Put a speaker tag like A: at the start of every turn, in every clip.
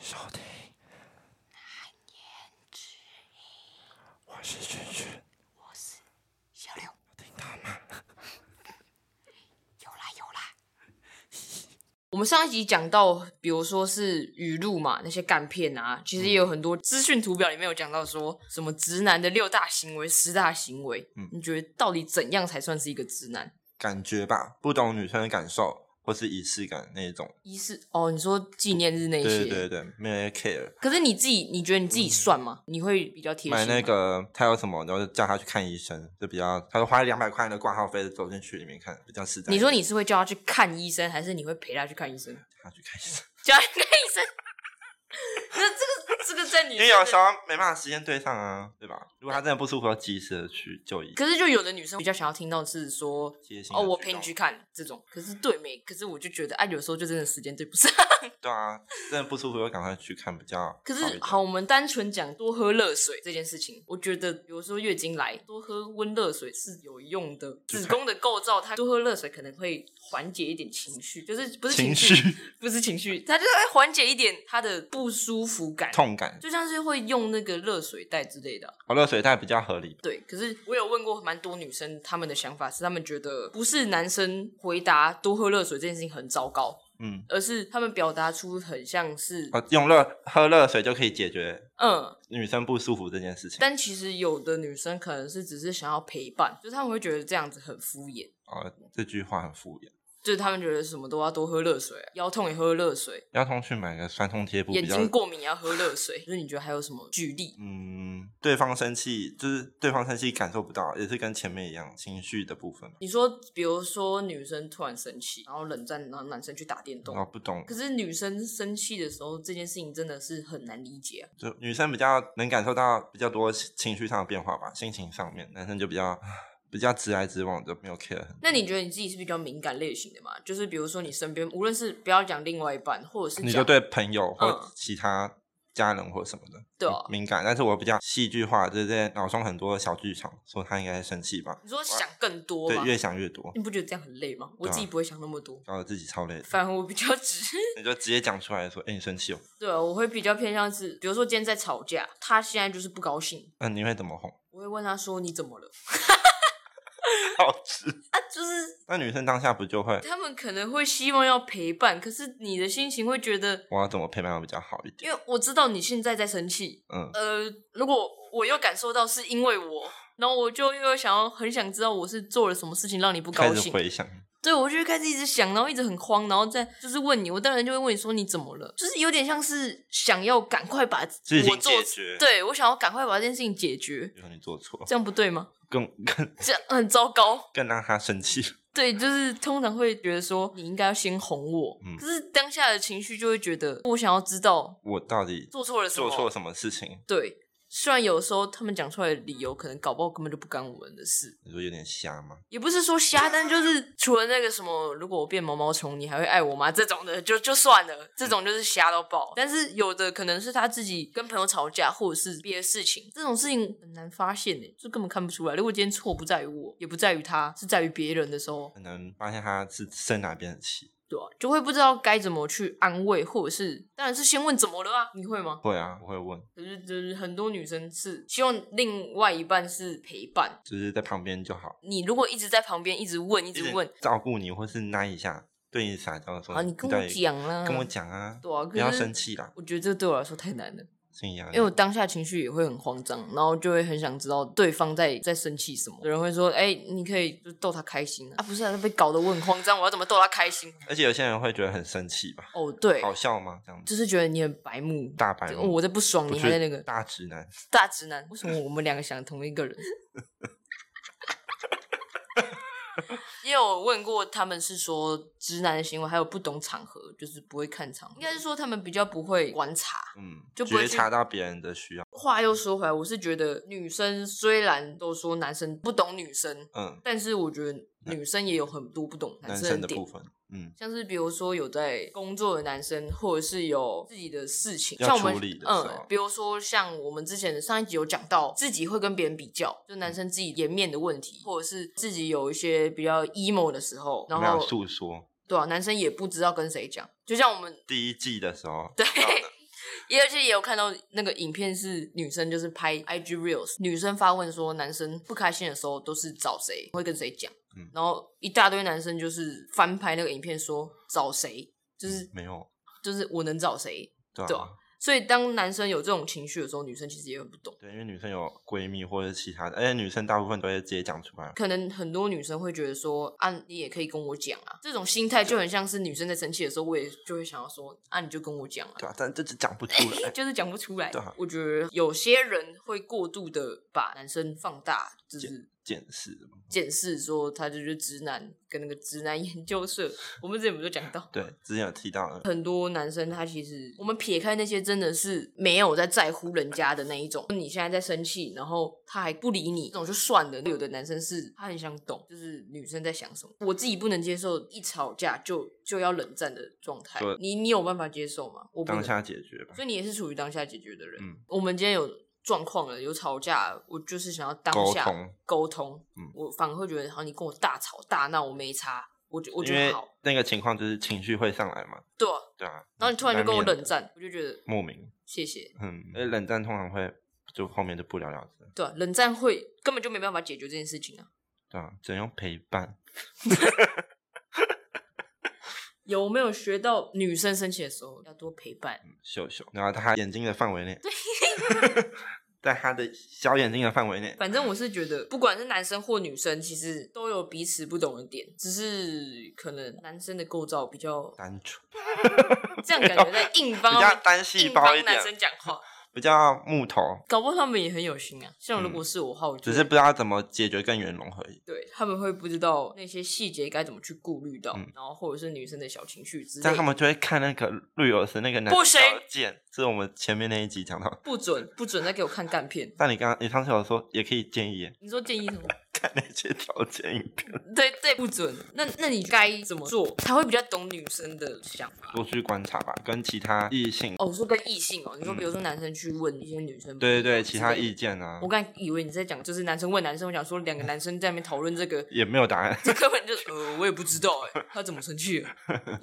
A: 收听我是轩轩，
B: 小刘，
A: 听到吗？
B: 有啦有啦，
C: 我们上一集讲到，比如说是语录嘛，那些干片啊，其实也
A: 嗯
C: 有很多资讯图表里面有讲到说什么直男的六大行为、十大行为。
A: 嗯
C: 你觉得到底怎样才算是一个直男？
A: 感觉吧，不懂女生的感受或是仪式感那种。
C: 一是哦，你说纪念日那些，
A: 对对对，没人 care。
C: 可是你自己，你觉得你自己算吗？你会比较贴心吗
A: 买那个他有什么，然后就叫他去看医生，就比较，他说花两百块的挂号费走进去里面看，比较实在。
C: 你说你是会叫他去看医生，还是你会陪他去看医生？
A: 他去看医生，
C: 叫他去看医生？ 那这个这个在你
A: 因为有时啊候没办法时间对上啊，对吧？如果他真的不舒服，要及时的去就医。
C: 可是就有的女生比较想要听到的是说
A: 贴心的
C: 哦，我
A: 举
C: 陪你
A: 动
C: 去看这种，可是对没？可是我就觉得，哎、有时候就真的时间对不上。
A: 对啊，真的不舒服就赶快去看，比较
C: 可
A: 好一
C: 是
A: 点
C: 好，我们单纯讲多喝热水这件事情，我觉得，比如说月经来，多喝温热水是有用的。子宫的构造，它多喝热水可能会缓解一点情绪，就是不是
A: 情
C: 绪，
A: 绪
C: 不是情绪，它就是会缓解一点它的不舒服感。
A: 痛感，
C: 就像是会用那个热水袋之类的啊、
A: 好热水袋比较合理。
C: 对，可是我有问过蛮多女生，她们的想法是，她们觉得不是男生回答多喝热水这件事情很糟糕，
A: 嗯，
C: 而是她们表达出很像是，
A: 哦，用热喝热水就可以解决
C: 嗯，
A: 女生不舒服这件事情。
C: 但其实有的女生可能是只是想要陪伴，就是她们会觉得这样子很敷衍，
A: 哦，这句话很敷衍。
C: 就是她们觉得什么都要多喝热水，啊腰痛也喝热水，
A: 要通去买个酸痛贴布，
C: 眼
A: 比较
C: 睛过敏也要喝热水。就是你觉得还有什么举例？
A: 嗯，对方生气就是对方生气感受不到，也是跟前面一样情绪的部分。
C: 你说，比如说女生突然生气，然后冷战，然后男生去打电动
A: 然。后不懂
C: 可，是女生生气的时候，这件事情真的是很难理解啊。
A: 就女生比较能感受到比较多情绪上的变化吧，心情上面，男生就比较比较直来直往，就没有 care 很多。
C: 那你觉得你自己是比较敏感类型的嘛？就是比如说你身边，无论是不要讲另外一半，或者是
A: 你就
C: 讲
A: 对朋友或
C: 嗯
A: 其他家人或什么的，
C: 对啊
A: 敏感。但是我比较戏剧化，就是在脑中很多小剧场，说他应该生气吧，
C: 你说想更多
A: 对，
C: 嘛？
A: 越想越多，
C: 你不觉得这样很累吗？我
A: 对啊
C: 自己不会想那么多，
A: 搞得自己超累的。
C: 反而我比较 直。
A: 你就直接讲出来说，哎、你生气哦，
C: 对啊，我会比较偏向是，比如说今天在吵架，他现在就是不高兴，
A: 那、你会怎么哄？
C: 我会问他说你怎么了？
A: 好吃。
C: 啊，就是
A: 那女生当下不就会，
C: 他们可能会希望要陪伴，可是你的心情会觉得，
A: 我要怎么陪伴我比较好一点？
C: 因为我知道你现在在生气，
A: 嗯，
C: 呃，如果我又感受到是因为我，然后我就又想要很想知道我是做了什么事情让你不
A: 开
C: 高
A: 始
C: 兴，
A: 回想，
C: 对我就会开始一直想，然后一直很慌，然后再就是问你，我当然就会问你说你怎么了，就是有点像是想要赶快把
A: 事
C: 我
A: 情
C: 做
A: 解，决，
C: 对我想要赶快把这件事情解决，
A: 比如说你做错，
C: 这样不对吗？
A: 更更
C: 这样很糟糕。
A: 更让他生气。
C: 对，就是通常会觉得说你应该要先哄我，
A: 嗯
C: 可是当下的情绪就会觉得我想要知道
A: 我到底
C: 做错了什么，
A: 做错什么事情？
C: 对，虽然有时候他们讲出来的理由可能搞不好根本就不干我们的事，
A: 你说有点瞎吗？
C: 也不是说瞎，但就是除了那个什么，如果我变毛毛虫，你还会爱我吗？这种的就就算了，这种就是瞎到爆。但是有的可能是他自己跟朋友吵架，或者是别的事情，这种事情很难发现诶，就根本看不出来。如果今天错不在于我，也不在于他，是在于别人的时候，
A: 可能发现他是生哪边的气。
C: 对啊，就会不知道该怎么去安慰，或者是当然是先问怎么了啊，你会吗？
A: 会啊，我会问，
C: 可是就是很多女生是希望另外一半是陪伴，
A: 就是在旁边就好，
C: 你如果一直在旁边一直问，一直问，
A: 照顾你，或是拉一下，对你撒娇的时候，
C: 啊，你跟
A: 到
C: 我
A: 底
C: 讲啦，
A: 跟我，讲啊，
C: 对啊，可
A: 不
C: 是
A: 要生气嗯啦，
C: 我觉得这对我来说太难了，
A: 是一样
C: 因为我当下情绪也会很慌张，然后就会很想知道对方在在生气什么。有人会说，哎、你可以就逗他开心啊，啊不是、啊、被搞得我很慌张，我要怎么逗他开心？
A: 而且有些人会觉得很生气吧，
C: 哦，对，
A: 好笑吗？这样子，
C: 就是觉得你很白目，
A: 大白
C: 就
A: 目
C: 我在不爽，
A: 不
C: 你
A: 是
C: 还在那个
A: 大直男，
C: 大直男，为什么我们两个想同一个人？ 也有问过他们是说直男的行为，还有不懂场合，就是不会看场合，应该是说他们比较不会观察。
A: 嗯，
C: 就不会
A: 觉
C: 去
A: 察到别人的需要，
C: 话又说回来，我是觉得女生虽然都说男生不懂女生，
A: 嗯，
C: 但是我觉得女生也有很多不懂
A: 男
C: 生
A: 生的
C: 点
A: 部，分，嗯，
C: 像是比如说有在工作的男生，或者是有自己的事情，
A: 要
C: 像我们
A: 处理的时候
C: 嗯，比如说像我们之前的上一集有讲到，自己会跟别人比较，就男
A: 嗯
C: 生自己颜面的问题，或者是自己有一些比较 emo 的时候，然
A: 没有
C: 后
A: 诉说。
C: 对啊，男生也不知道跟谁讲，就像我们
A: 第一季的时候，
C: 对，也而且也有看到那个影片是女生就是拍 IG reels，女生发问说男生不开心的时候都是找谁，会跟谁讲，
A: 嗯
C: 然后一大堆男生就是翻拍那个影片说找谁，就是
A: 没有，
C: 就是我能找谁。
A: 对
C: 对
A: 啊
C: 啊，所以当男生有这种情绪的时候，女生其实也很不懂。
A: 对，因为女生有闺蜜或者其他的，而且女生大部分都会直接讲出来。
C: 可能很多女生会觉得说，啊，你也可以跟我讲啊，这种心态就很像是女生在生气的时候，我也就会想要说，啊，你就跟我讲啊，。
A: 对啊，但这只讲不出来
C: 就是讲不出来
A: 对啊。
C: 我觉得有些人会过度的把男生放大，就是
A: 见识嘛
C: 检视说他就是直男，跟那个直男 研究社，我们之前不就讲到。
A: 对，之前有提到的，
C: 很多男生他其实，我们撇开那些真的是没有在在乎人家的那一种，你现在在生气，然后他还不理你，这种就算了。有的男生是他很想懂，就是女生在想什么。我自己不能接受一吵架就就要冷战的状态
A: 对，
C: 你你有办法接受吗？我不能
A: 当下解决吧。
C: 所以你也是处于当下解决的人。
A: 嗯
C: 我们今天有状况了，有吵架，我就是想要当下
A: 沟通
C: 沟通
A: 嗯
C: 我反而会觉得，好，你跟我大吵大闹，我没差，我觉我
A: 因
C: 觉
A: 为
C: 得好，
A: 那个情况就是情绪会上来嘛，
C: 对啊、
A: 对啊。
C: 然后你突然就跟我
A: 难免
C: 冷战，我就觉得
A: 莫名，
C: 谢谢，
A: 嗯，而且冷战通常会就后面就不了了之，
C: 对啊、冷战会根本就没办法解决这件事情啊。
A: 对啊，只能用陪伴。
C: 有没有学到女生生气的时候要多陪伴？
A: 秀秀，然后他眼睛的范围内， 在他的小眼睛的范围内，
C: 反正我是觉得，不管是男生或女生，其实都有彼此不懂的点，只是可能男生的构造比较
A: 单纯，
C: 这样，感觉在硬 帮
A: 比较单细
C: 硬
A: 胞
C: 帮
A: 一
C: 男
A: 点，
C: 生讲话，
A: 比较木头，
C: 搞不好他们也很有心啊。像如果是我的话，我觉
A: 嗯只
C: 得
A: 是不知道怎么解决更圆融而已。
C: 对他们会不知道那些细节该怎么去顾虑到，
A: 嗯
C: 然后或者是女生的小情绪之类
A: 但
C: 的，
A: 他们就会看那个绿油丝那个男
C: 不行
A: 小贱，这是我们前面那一集讲到。
C: 不准不准再给我看干片。
A: 但你刚刚你上次有说也可以建议耶
C: 你说建议什么？
A: 看那些条件影片，
C: 对对，不准。那那你该怎么做才会比较懂女生的想法？
A: 多去观察吧，跟其他异性，
C: 哦，我说跟异性哦，你说比如说男生去问一些女生，
A: 嗯对对对，其他意
C: 异。
A: 见啊
C: 我，刚才以为你在讲就是男生问男生，我想说两个男生在那边讨论 这个，
A: 也没有答案，
C: 这根本就呃我也不知道哎、他怎么生气了？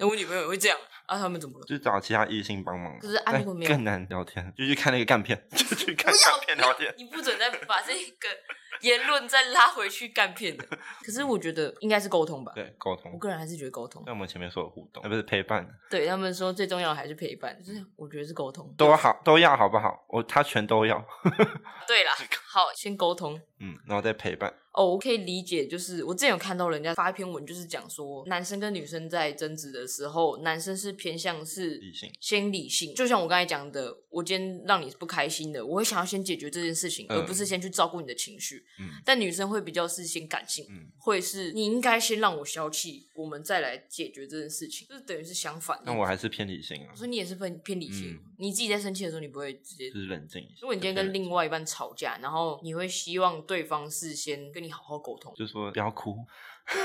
C: 那我女朋友也会这样啊？他们怎么了？
A: 就找其他异性帮忙。
C: 可是啊
A: 但
C: 如果没有
A: 更难聊天，就去看那个干片， 就去看干片聊天。
C: 你不准再把这个言论再拉回去干骗的。可是我觉得应该是沟通吧，
A: 对，沟
C: 我
A: 通。
C: 个人还是觉得沟通。
A: 像我们前面说的互动，而不是陪伴，啊
C: 对他们说最重要的还是陪伴，就是我觉得是沟通。
A: 都好都要好不好？我他全都要，
C: 对啦，好，先沟通。
A: 嗯，然后再陪伴。
C: 哦，我可以理解，就是我之前有看到人家发一篇文，就是讲说男生跟女生在争执的时候，男生是偏向是
A: 理性
C: 先理性。就像我刚才讲的，我今天让你不开心的，我会想要先解决这件事情，
A: 嗯
C: 而不是先去照顾你的情绪。
A: 嗯
C: 但女生会比较是先感性，
A: 嗯，
C: 会是你应该先让我消气，我们再来解决这件事情，就是等于是相反的。
A: 那我还是偏理性啊
C: 我，说你也是偏偏理性，
A: 嗯
C: 你自己在生气的时候，你不会直接
A: 就是冷静一下。
C: 如果你今天
A: 就
C: 跟
A: 偏，
C: 另外一半吵架，然后你会希望对方事先跟你好好沟通
A: 就说不要哭，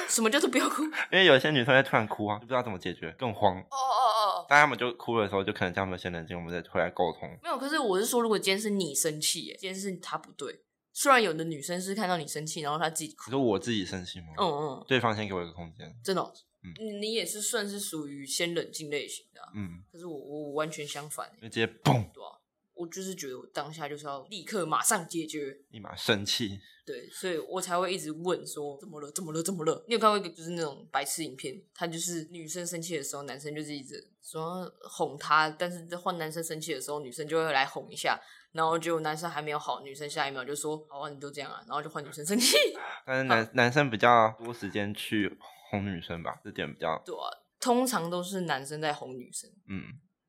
C: 什么叫做不要哭？
A: 因为有些女生会突然哭啊，就不知道怎么解决，更慌。
C: 哦哦哦，
A: 但他们就哭的时候，就可能叫他们先冷静，我们再回来沟通。
C: 没有。可是我是说，如果今天是你生气耶，今天是他不对。虽然有的女生是看到你生气，然后她自己
A: 你
C: 哭，
A: 说我自己生气吗？
C: 嗯，嗯，
A: 对方先给我一个空间。
C: 真的哦、
A: 嗯
C: 你你也是算是属于先冷静类型的啊、
A: 嗯，
C: 可是我我我完全相反耶，
A: 就直接砰
C: 对啊，我就是觉得我当下就是要立刻马上解决，
A: 立马生气，
C: 对，所以我才会一直问说怎么了，怎么了，怎么了？你有看过一个就是那种白痴影片，他就是女生生气的时候，男生就是一直说哄她，但是换男生生气的时候，女生就会来哄一下，然后结果男生还没有好，女生下一秒就说好啊，你都这样啊，然后就换女生生气，
A: 但是男、男生比较多时间去哄女生吧，这点比较
C: 对啊，通常都是男生在哄女生，
A: 嗯，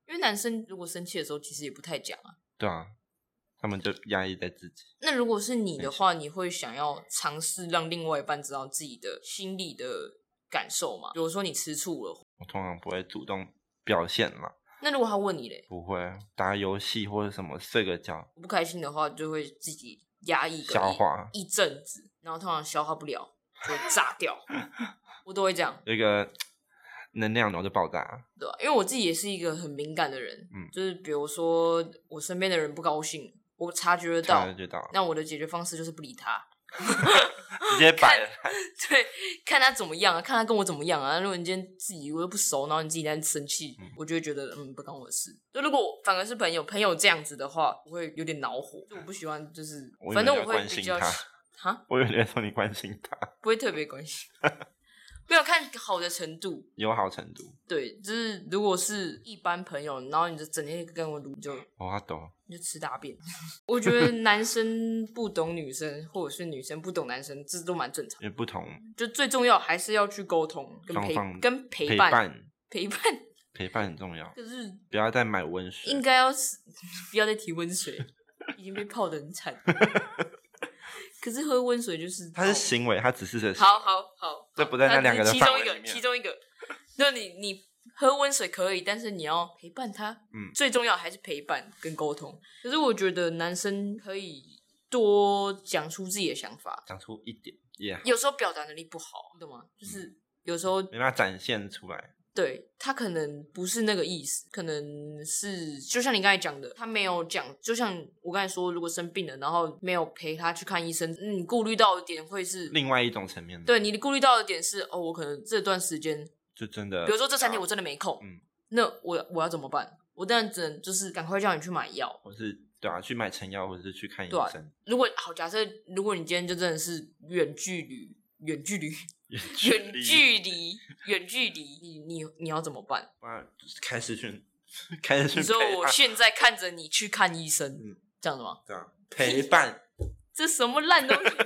C: 因为男生如果生气的时候，其实也不太讲啊。
A: 对啊，他们就压抑在自己。
C: 那如果是你的话，你会想要尝试让另外一半知道自己的心里的感受吗？比如说你吃醋了，
A: 我通常不会主动表现嘛，
C: 那如果他问你嘞？
A: 不会打游戏或者什么睡个觉，
C: 不开心的话，就会自己压抑个
A: 消化
C: 一一阵子，然后通常消化不了，就会炸 掉。我都会这样，
A: 有一个能量然后就爆炸。
C: 对吧、因为我自己也是一个很敏感的人，
A: 嗯
C: 就是比如说我身边的人不高兴，我察觉得
A: 察
C: 到，
A: 觉到，
C: 那我的解决方式就是不理他，
A: 直接摆了。
C: 对，看他怎么样啊，看他跟我怎么样啊。如果你今天自己我又不熟，然后你自己在那生气，我就会觉得嗯不关我的事。就如果我反而是朋友，朋友这样子的话，我会有点恼火，就我不喜欢，就是
A: 我以为
C: 反正
A: 你
C: 我
A: 要
C: 会
A: 关
C: 比
A: 心
C: 较
A: 他
C: 喜哈
A: 我以为你在说你关心他，
C: 不会特别关 心，没有看好的程度。
A: 友好程度。
C: 对，就是如果是一般朋友，然后你就整天跟我撸，你就
A: 哦我要懂，
C: 你就吃大便。 我觉得男生不懂女生，或者是女生不懂男生，这都蛮正常。
A: 因为不同
C: 就最重要还是要去沟通，跟陪
A: 双方
C: 跟陪
A: 陪
C: 伴
A: 伴，
C: 陪伴，
A: 陪伴很重要，
C: 就是
A: 不要再买温水
C: 应。该要是不要再提温水，已经被泡的很惨。 可是喝温水就是
A: 他是行为，他只是这
C: 好好好，
A: 这不在
C: 好
A: 那两个的
C: 其
A: 范
C: 中
A: 围
C: 一个，
A: 里面
C: 其中一个。那你你喝温水可以，但是你要陪伴他。
A: 嗯
C: 最重要还是陪伴跟沟通。可是我觉得男生可以多讲出自己的想法，
A: 讲出一点也好
C: 有时候表达能力不好，你懂吗？
A: 嗯
C: 就是有时候
A: 没办法展现出来。
C: 对他可能不是那个意思，可能是就像你刚才讲的，他没有讲。就像我刚才说，如果生病了，然后没有陪他去看医生，嗯，顾虑到的点会是。
A: 另外一种层面，，
C: 对你顾虑到的点是哦，我可能这段时间
A: 就真的，
C: 比如说这三天我真的没空，
A: 嗯
C: 那我我要怎么办？我当然只能就是赶快叫你去买药。
A: 我是对啊，去买成药或者是去看医
C: 对啊
A: 生，
C: 如果好，假设如果你今天就真的是远距离、远距离、远
A: 离
C: 距离、远距离，你你你要怎么办？
A: 哇，开视讯，开视
C: 你
A: 讯
C: 说
A: 陪
C: 我
A: 伴，
C: 现在看着你去看医生，
A: 嗯
C: 这样子吗？
A: 对啊，陪伴
C: 这什么烂东 西？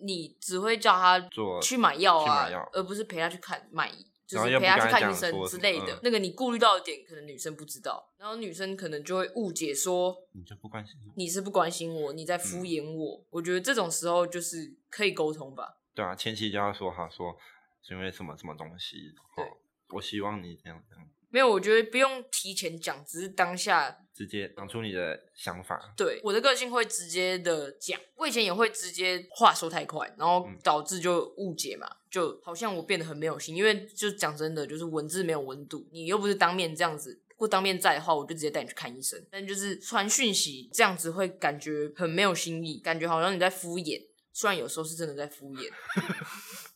C: 你只会叫他
A: 做
C: 去买药
A: 去
C: 啊，
A: 买药
C: 而不是陪他去看买，就
A: 然后
C: 是
A: 又
C: 陪
A: 不
C: 他去
A: 跟他
C: 看医
A: 讲
C: 生
A: 说
C: 之
A: 什
C: 类
A: 么
C: 的
A: 嗯。
C: 那个你顾虑到的点，可能女生不知道，然后女生可能就会误解说
A: 你就不关心我，
C: 你是不关心我，你在敷衍
A: 嗯
C: 我。我觉得这种时候就是可以沟通吧。
A: 对啊，前期就要说好说是因为什么什么东西，然后我希望你这样这样，
C: 没有，我觉得不用提前讲，只是当下
A: 直接讲出你的想法，
C: 对我的个性会直接的讲。我以前也会直接话说太快，然后
A: 嗯
C: 导致就误解嘛，就好像我变得很没有心。因为就讲真的，就是文字没有温度，你又不是当面这样子。或当面在的话，我就直接带你去看医生。但就是传讯息这样子，会感觉很没有新意，感觉好像你在敷衍。虽然有时候是真的在敷衍，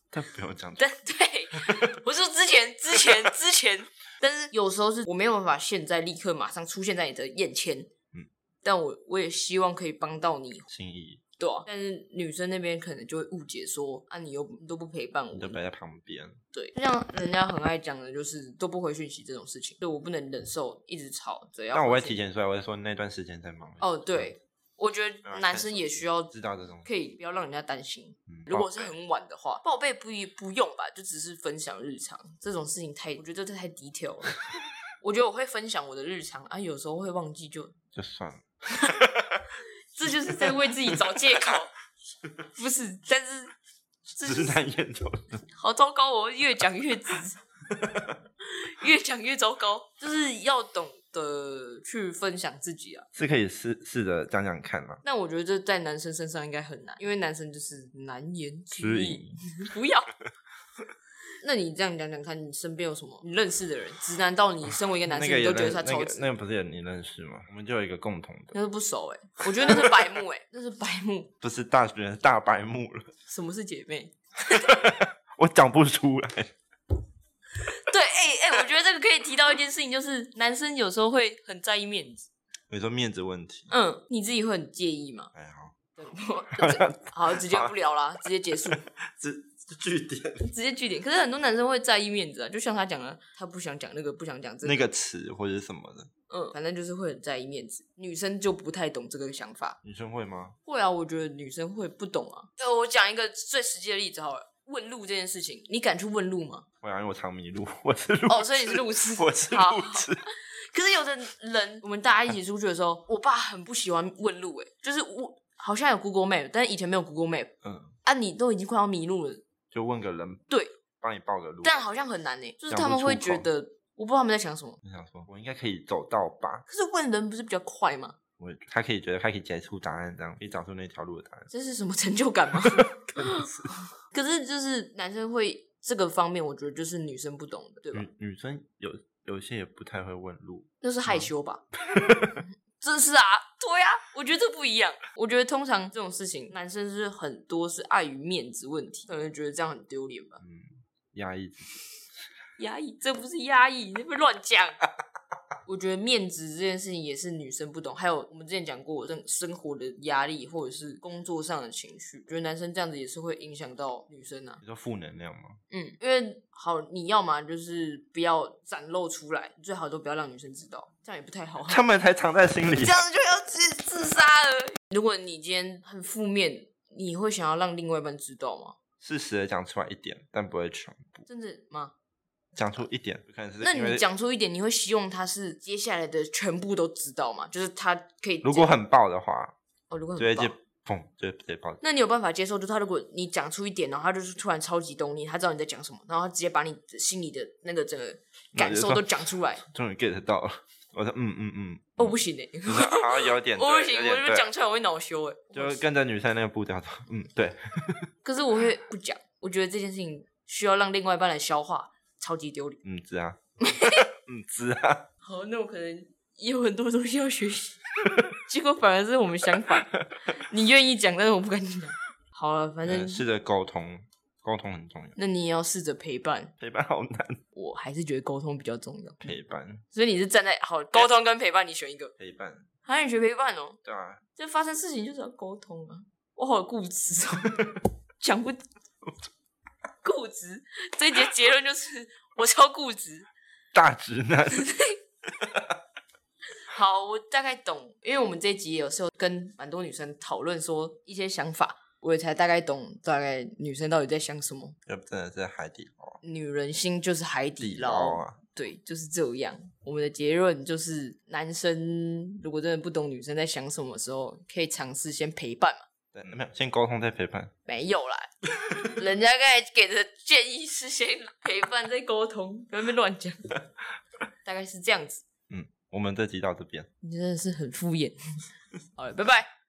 A: 但不用讲出
C: 但对， 我说之前之前之前，但是有时候是我没有办法现在立刻马上出现在你的眼前，
A: 嗯，
C: 但我我也希望可以帮到你，
A: 心意，
C: 对啊，但是女生那边可能就会误解说啊，你又你都不陪伴我
A: 你，都摆在旁边，
C: 对，就像人家很爱讲的，就是都不回讯息这种事情，对我不能忍受一直吵，只要
A: 但我会
C: 回讯
A: 提前出来，我会说那段时间在忙，
C: 哦，对，我觉
A: 啊
C: 得男生也需要
A: 知道这种
C: 可以不要让人家担心，
A: 嗯，
C: 如果
A: 报
C: 是很晚的话，报备不一不用吧，就只是分享日常这种事情太，我觉得这太 detail 了。我觉得我会分享我的日常啊，有时候会忘记就，
A: 就算了，
C: 这就是在为自己找借 口，不是？但是这就
A: 直
C: 是
A: 男眼中
C: 好糟糕哦，越讲越直， 越讲越糟糕，就是要懂得去分享自己啊。
A: 是可以试试着讲讲看嘛，
C: 但我觉得这在男生身上应该很难，因为男生就是难言之
A: 之
C: 隐
A: 隐。
C: 不要。那你这样讲讲看，你身边有什么你认识的人，直男到你身为一个男
A: 那
C: 生，
A: 个
C: 你
A: 有
C: 都觉得
A: 认
C: 他
A: 那
C: 超
A: 个
C: 直？
A: 那个不是有你认识吗？我们就有一个共同的，
C: 那是不熟哎、我觉得那是白目 哎、那是白目。
A: 不是大学大白目了，
C: 什么是姐妹？
A: 我讲不出来。
C: 对，哎、哎、我觉得这个可以提到一件事情，就是男生有时候会很在意面子。
A: 你说面子问题，
C: 嗯，你自己会很介意吗？
A: 哎好，
C: 对， 我好，直接不聊啦，直接 结束，
A: 这这句点
C: 直接据点。可是很多男生会在意面子啊，就像他讲的，他不想讲那个，不想讲这
A: 那个词或者是什么的，
C: 嗯，反正就是会很在意面子。女生就不太懂这个想法，
A: 女生会吗？
C: 会啊，我觉得女生会不懂啊。呃，我讲一个最实际的例子好了，问路这件事情，你敢去问 路吗？
A: 会啊，因为我常迷路，我是路，，
C: 哦，所以你是路痴
A: 我是
C: 好
A: 路痴，
C: 可是有的人，我们大家一起出去的时候，我爸很不喜欢问路、欸，就是我好像有 Google Map，但是以前没有 Google Map
A: 嗯，
C: 啊，你都已经快要迷路了，
A: 就问个人，
C: 对，
A: 帮你报个路。
C: 但好像很难呢、就是
A: 讲不
C: 他们会
A: 出口
C: 觉得，我不知道他们在想什么。
A: 我想说，我应该可以走到吧？
C: 可是问人不是比较快吗？
A: 我他可以觉得他可以结出答案，这样可以找出那条路的答案。
C: 这是什么成就感吗？ 可是就是男生会这个方面，我觉得就是女生不懂的，对吧？嗯
A: 女女生有有些也不太会问路，
C: 那是害羞吧？这是啊，对啊，我觉得这不一样。我觉得通常这种事情，男生是很多是碍于面子问题，可能觉得这样很丢脸吧。
A: 嗯压抑自己。
C: 压抑，这不是压抑，你别乱讲。 我觉得面子这件事情也是女生不懂，还有我们之前讲过生生活的压力或者是工作上的情绪，觉得男生这样子也是会影响到女生啊。
A: 你说负能量吗？
C: 嗯，因为好，你要嘛就是不要展露出来，最好都不要让女生知道，这样也不太好啊。
A: 他们才藏在心里
C: 这。样就要自自杀了。如果你今天很负面，你会想要让另外一半知道吗？
A: 适时的讲出来一点，但不会全部
C: 真的吗？
A: 讲出一点。可能是
C: 那
A: 因为
C: 你讲出一点，你会希望他是接下来的全部都知道吗？就是他可以，
A: 如果很爆的话，
C: 哦，如果
A: 就
C: 很
A: 会接
C: 棒，
A: 砰，就会直接爆。
C: 那你有办法接受？就是他如果你讲出一点，然后他就是突然超级懂你，他知道你在讲什么，然后他直接把你心里的那个整个感受都讲出 来。
A: 终于 get 到了，我说嗯嗯嗯，
C: 哦，不行哎、
A: 你说好像有点，
C: 我不
A: 对
C: 行，
A: 有
C: 我
A: 点
C: 这
A: 对
C: 边讲出来我会恼羞哎、
A: 就跟着女生那个步调走，嗯，对，
C: 可是我会不讲，我觉得这件事情需要让另外一半来消化，超级丢脸。
A: 嗯，知啊，嗯，知啊，
C: 好，那我可能也有很多东西要学习， 结果反而是我们相反。你愿意讲，但是我不敢讲。好了，反正
A: 嗯试着沟通，沟通很重要，
C: 那你也要试着陪伴。
A: 陪伴好难，
C: 我还是觉得沟通比较重要，
A: 陪伴，
C: 所以你是站在好沟通跟陪伴，你选一个。
A: 陪伴，
C: 还有你学陪伴哦，
A: 对啊，
C: 这发生事情就是要沟通啊。我好固执哦，讲不 固执。这一节结论就是我超固执。
A: 大直男，
C: 好，我大概懂，因为我们这一集有时候跟蛮多女生讨论说一些想法，我也才大概懂大概女生到底在想什么。
A: 就真的是海底捞，
C: 女人心就是海底捞，
A: 啊，
C: 对，就是这样。我们的结论就是，男生如果真的不懂女生在想什么的时候，可以尝试先陪伴嘛。
A: 对，没有，先沟通再陪伴，
C: 没有 啦，人家刚才给的建议是先陪伴再沟通，不要在那边乱讲， 大概是这样子。
A: 我们这集到这边。
C: 你真的是很敷衍。好了，拜拜。